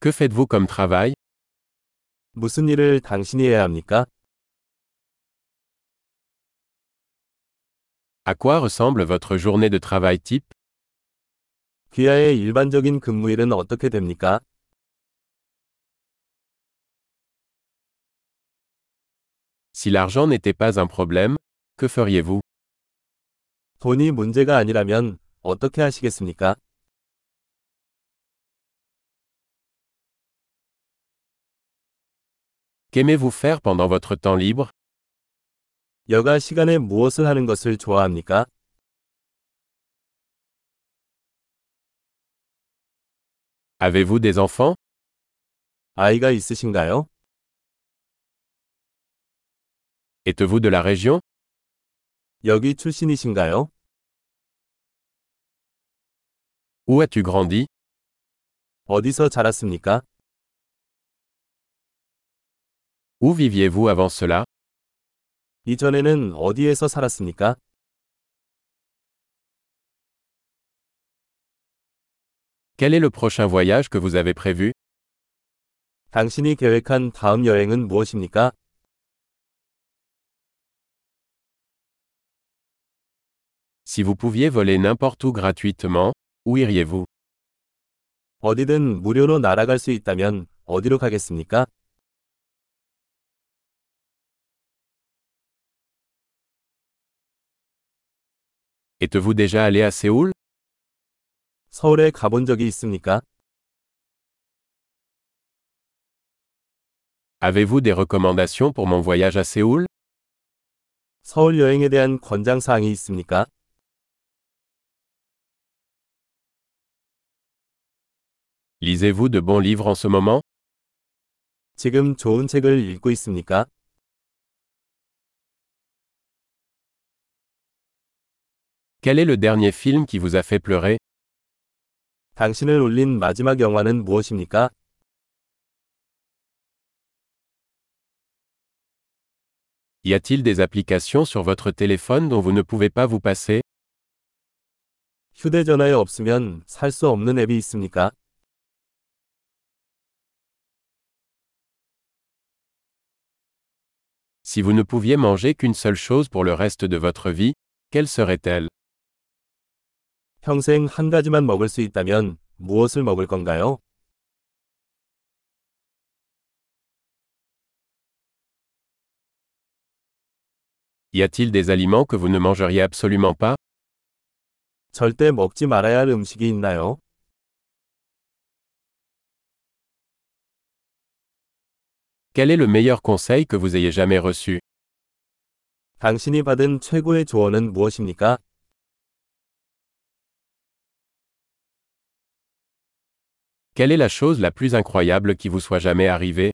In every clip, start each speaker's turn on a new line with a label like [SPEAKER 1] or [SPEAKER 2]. [SPEAKER 1] Que faites-vous comme travail
[SPEAKER 2] 무슨 일을 당신이 해야 합니까?
[SPEAKER 1] À quoi ressemble votre journée de travail type
[SPEAKER 2] 귀하의 일반적인 근무일은 어떻게 됩니까?
[SPEAKER 1] Si l'argent n'était pas un problème, que feriez-vous
[SPEAKER 2] 돈이 문제가 아니라면 어떻게 하시겠습니까?
[SPEAKER 1] Qu'aimez-vous faire pendant votre temps libre
[SPEAKER 2] 여가 시간에 무엇을 하는 것을 좋아합니까?
[SPEAKER 1] Avez-vous des enfants
[SPEAKER 2] 아이가 있으신가요?
[SPEAKER 1] Êtes-vous de la région
[SPEAKER 2] 여기 출신이신가요?
[SPEAKER 1] Où as-tu grandi
[SPEAKER 2] 어디서 자랐습니까?
[SPEAKER 1] Où viviez-vous avant cela
[SPEAKER 2] 이전에는 어디에서 살았습니까?
[SPEAKER 1] Quel est le prochain voyage que vous avez prévu
[SPEAKER 2] 당신이 계획한 다음 여행은 무엇입니까?
[SPEAKER 1] Si vous pouviez voler n'importe où gratuitement, où iriez-vous
[SPEAKER 2] 어디든 무료로 날아갈 수 있다면 어디로 가겠습니까?
[SPEAKER 1] Êtes-vous déjà allé à Séoul
[SPEAKER 2] 서울에 가본 적이 있습니까?
[SPEAKER 1] Avez-vous des recommandations pour mon voyage à Séoul
[SPEAKER 2] 서울 여행에 대한 권장 사항이 있습니까?
[SPEAKER 1] Lisez-vous de bons livres en ce moment
[SPEAKER 2] 지금 좋은 책을 읽고 있습니까?
[SPEAKER 1] Quel est le dernier film qui vous a fait pleurer
[SPEAKER 2] 당신을 울린 마지막 영화는 무엇입니까?
[SPEAKER 1] Y a-t-il des applications sur votre téléphone dont vous ne pouvez pas vous passer
[SPEAKER 2] 휴대전화에 없으면 살 수 없는 앱이 있습니까?
[SPEAKER 1] Si vous ne pouviez manger qu'une seule chose pour le reste de votre vie, quelle serait-elle
[SPEAKER 2] 평생 한 가지만 먹을 수 있다면 무엇을 먹을 건가요?
[SPEAKER 1] Y a-t-il des aliments que vous ne mangeriez absolument pas
[SPEAKER 2] 절대 먹지 말아야 할 음식이 있나요?
[SPEAKER 1] Quel est le meilleur conseil que vous ayez jamais reçu
[SPEAKER 2] 당신이 받은 최고의 조언은 무엇입니까?
[SPEAKER 1] Quelle est la chose la plus incroyable qui vous soit jamais arrivée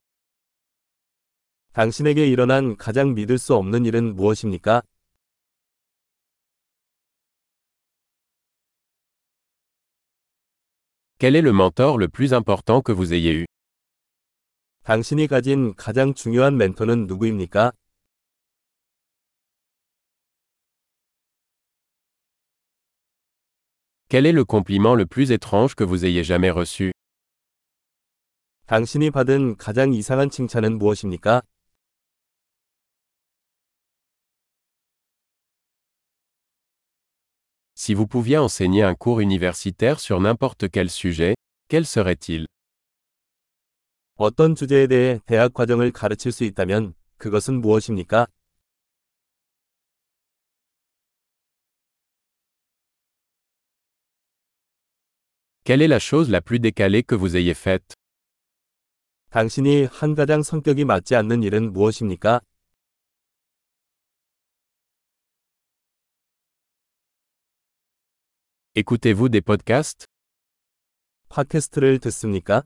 [SPEAKER 2] 당신에게 일어난 가장 믿을 수 없는 일은 무엇입니까?
[SPEAKER 1] Quel est le mentor le plus important que vous ayez eu
[SPEAKER 2] 당신이 가진 가장 중요한 멘토는 누구입니까?
[SPEAKER 1] Quel est le compliment le plus étrange que vous ayez jamais reçu
[SPEAKER 2] 당신이 받은 가장 이상한 칭찬은 무엇입니까?
[SPEAKER 1] Si vous pouviez enseigner un cours universitaire sur n'importe quel sujet, quel serait-il
[SPEAKER 2] 어떤 주제에 대해 대학 과정을 가르칠 수 있다면 그것은 무엇입니까?
[SPEAKER 1] Quelle est la chose la plus décalée que vous ayez faite
[SPEAKER 2] 당신이 한 가장 성격이 맞지 않는 일은 무엇입니까?
[SPEAKER 1] Écoutez-vous des podcasts
[SPEAKER 2] 팟캐스트를 듣습니까?